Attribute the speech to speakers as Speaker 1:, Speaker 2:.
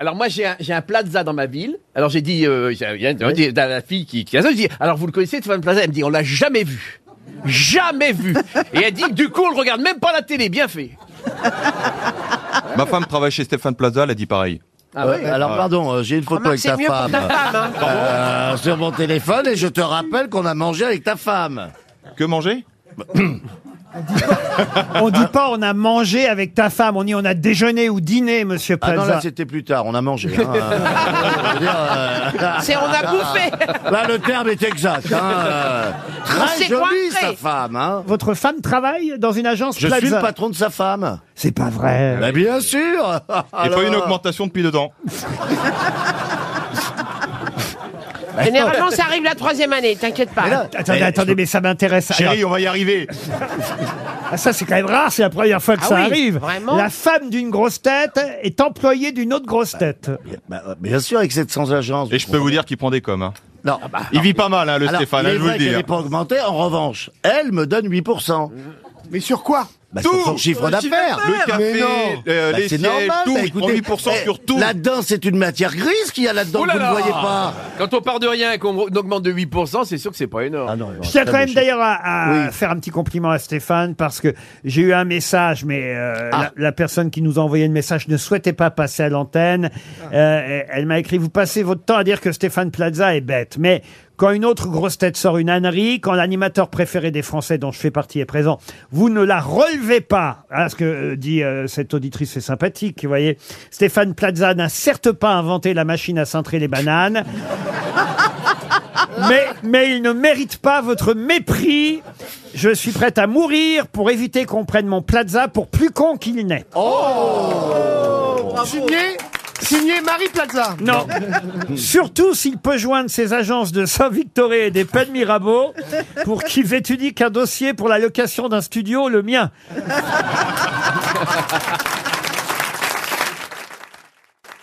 Speaker 1: Alors moi j'ai un, j'ai un Plaza dans ma ville. Alors j'ai dit, euh, j'ai- il y a une- il y a la fille qui, qui a ça, je dis, alors vous le connaissez, Stéphane Plaza Elle me dit, on l'a jamais vu. Jamais vu. Et elle dit, du coup on le regarde même pas à la télé, bien fait.
Speaker 2: Ma femme travaille chez Stéphane Plaza, elle a dit pareil.
Speaker 1: Ah
Speaker 3: Ouais,
Speaker 1: ouais.
Speaker 3: alors pardon, euh, j'ai une photo
Speaker 4: Remarque,
Speaker 3: avec ta
Speaker 4: c'est mieux pour
Speaker 3: femme,
Speaker 4: ta femme. hein.
Speaker 3: euh, sur mon téléphone et je te rappelle qu'on a mangé avec ta femme.
Speaker 2: Que manger
Speaker 5: On dit pas on a mangé avec ta femme, on dit on a déjeuné ou dîné, monsieur
Speaker 3: Ah non,
Speaker 5: Plaza.
Speaker 3: là c'était plus tard, on a mangé. hein. Euh, je veux dire, euh,
Speaker 4: C'est on a bouffé.
Speaker 3: là le terme est exact. hein, euh,
Speaker 4: s'est
Speaker 3: Très jolie
Speaker 4: coincé.
Speaker 3: sa femme. hein.
Speaker 5: Votre femme travaille dans une agence
Speaker 3: Je
Speaker 5: Plaza.
Speaker 3: suis le patron de sa femme.
Speaker 5: C'est pas vrai.
Speaker 3: Bah, bien sûr
Speaker 2: Il n'y a
Speaker 3: Alors-
Speaker 2: pas eu une augmentation depuis deux ans.
Speaker 4: Généralement, ça arrive la troisième année, t'inquiète pas.
Speaker 5: Attendez, attendez, mais ça m'intéresse. Alors,
Speaker 2: Chérie, on va y arriver.
Speaker 5: ah, ça, c'est quand même rare, c'est la première fois que
Speaker 4: Ah
Speaker 5: ça
Speaker 4: oui,
Speaker 5: arrive.
Speaker 4: vraiment
Speaker 5: La femme d'une grosse tête est employée d'une autre grosse tête.
Speaker 3: Bah, euh, Bien sûr, avec cette sans-agence.
Speaker 2: Et je peux vous dire qu'il prend des coms. hein.
Speaker 3: Non.
Speaker 2: Il vit pas mal, hein, le
Speaker 3: Alors,
Speaker 2: Stéphane,
Speaker 3: il
Speaker 2: hein,
Speaker 3: est
Speaker 2: je vous
Speaker 3: vrai
Speaker 2: le
Speaker 3: qu'elle
Speaker 2: dis.
Speaker 3: n'est pas augmentée, en revanche, elle me donne 8%.
Speaker 6: Mais sur quoi
Speaker 3: Bah, sur
Speaker 2: Tout Euh,
Speaker 3: son chiffre d'affaires
Speaker 2: Le
Speaker 3: Mais
Speaker 2: café,
Speaker 3: non.
Speaker 2: euh,
Speaker 3: Bah,
Speaker 2: les
Speaker 3: c'est
Speaker 2: sièges,
Speaker 3: normal,
Speaker 2: tout,
Speaker 3: bah,
Speaker 2: il prend
Speaker 3: écoutez,
Speaker 2: 8%
Speaker 3: eh,
Speaker 2: sur tout.
Speaker 3: Là-dedans, c'est une matière grise qu'il y a là-dedans,
Speaker 1: Oh là
Speaker 3: vous ne
Speaker 1: là
Speaker 3: voyez pas.
Speaker 1: Quand on part de rien et qu'on augmente de 8%, c'est sûr que c'est pas énorme.
Speaker 3: Ah
Speaker 5: Je tiens quand même d'ailleurs à, à faire un petit compliment à Stéphane parce que j'ai eu un message, mais euh, la, la personne qui nous a envoyé le message ne souhaitait pas passer à l'antenne. Euh, elle m'a écrit Vous passez votre temps à dire que Stéphane Plaza est bête, mais quand une autre grosse tête sort une ânerie, quand l'animateur préféré des Français dont je fais partie est présent, vous ne la relevez pas. Voilà ce que euh, dit euh, cette auditrice, c'est sympathique, vous voyez. Stéphane Plaza n'a certes pas inventé la machine à cintrer les bananes. Mais, mais il ne mérite pas votre mépris. Je suis prête à mourir pour éviter qu'on prenne mon plaza pour plus con qu'il n'est.
Speaker 6: Oh. Signé Signé Marie Plaza.
Speaker 5: Non. Surtout s'il peut joindre ses agences de Saint-Victoré et des Pins de Mirabeau pour qu'ils étudient qu'un dossier pour la location d'un studio, le mien.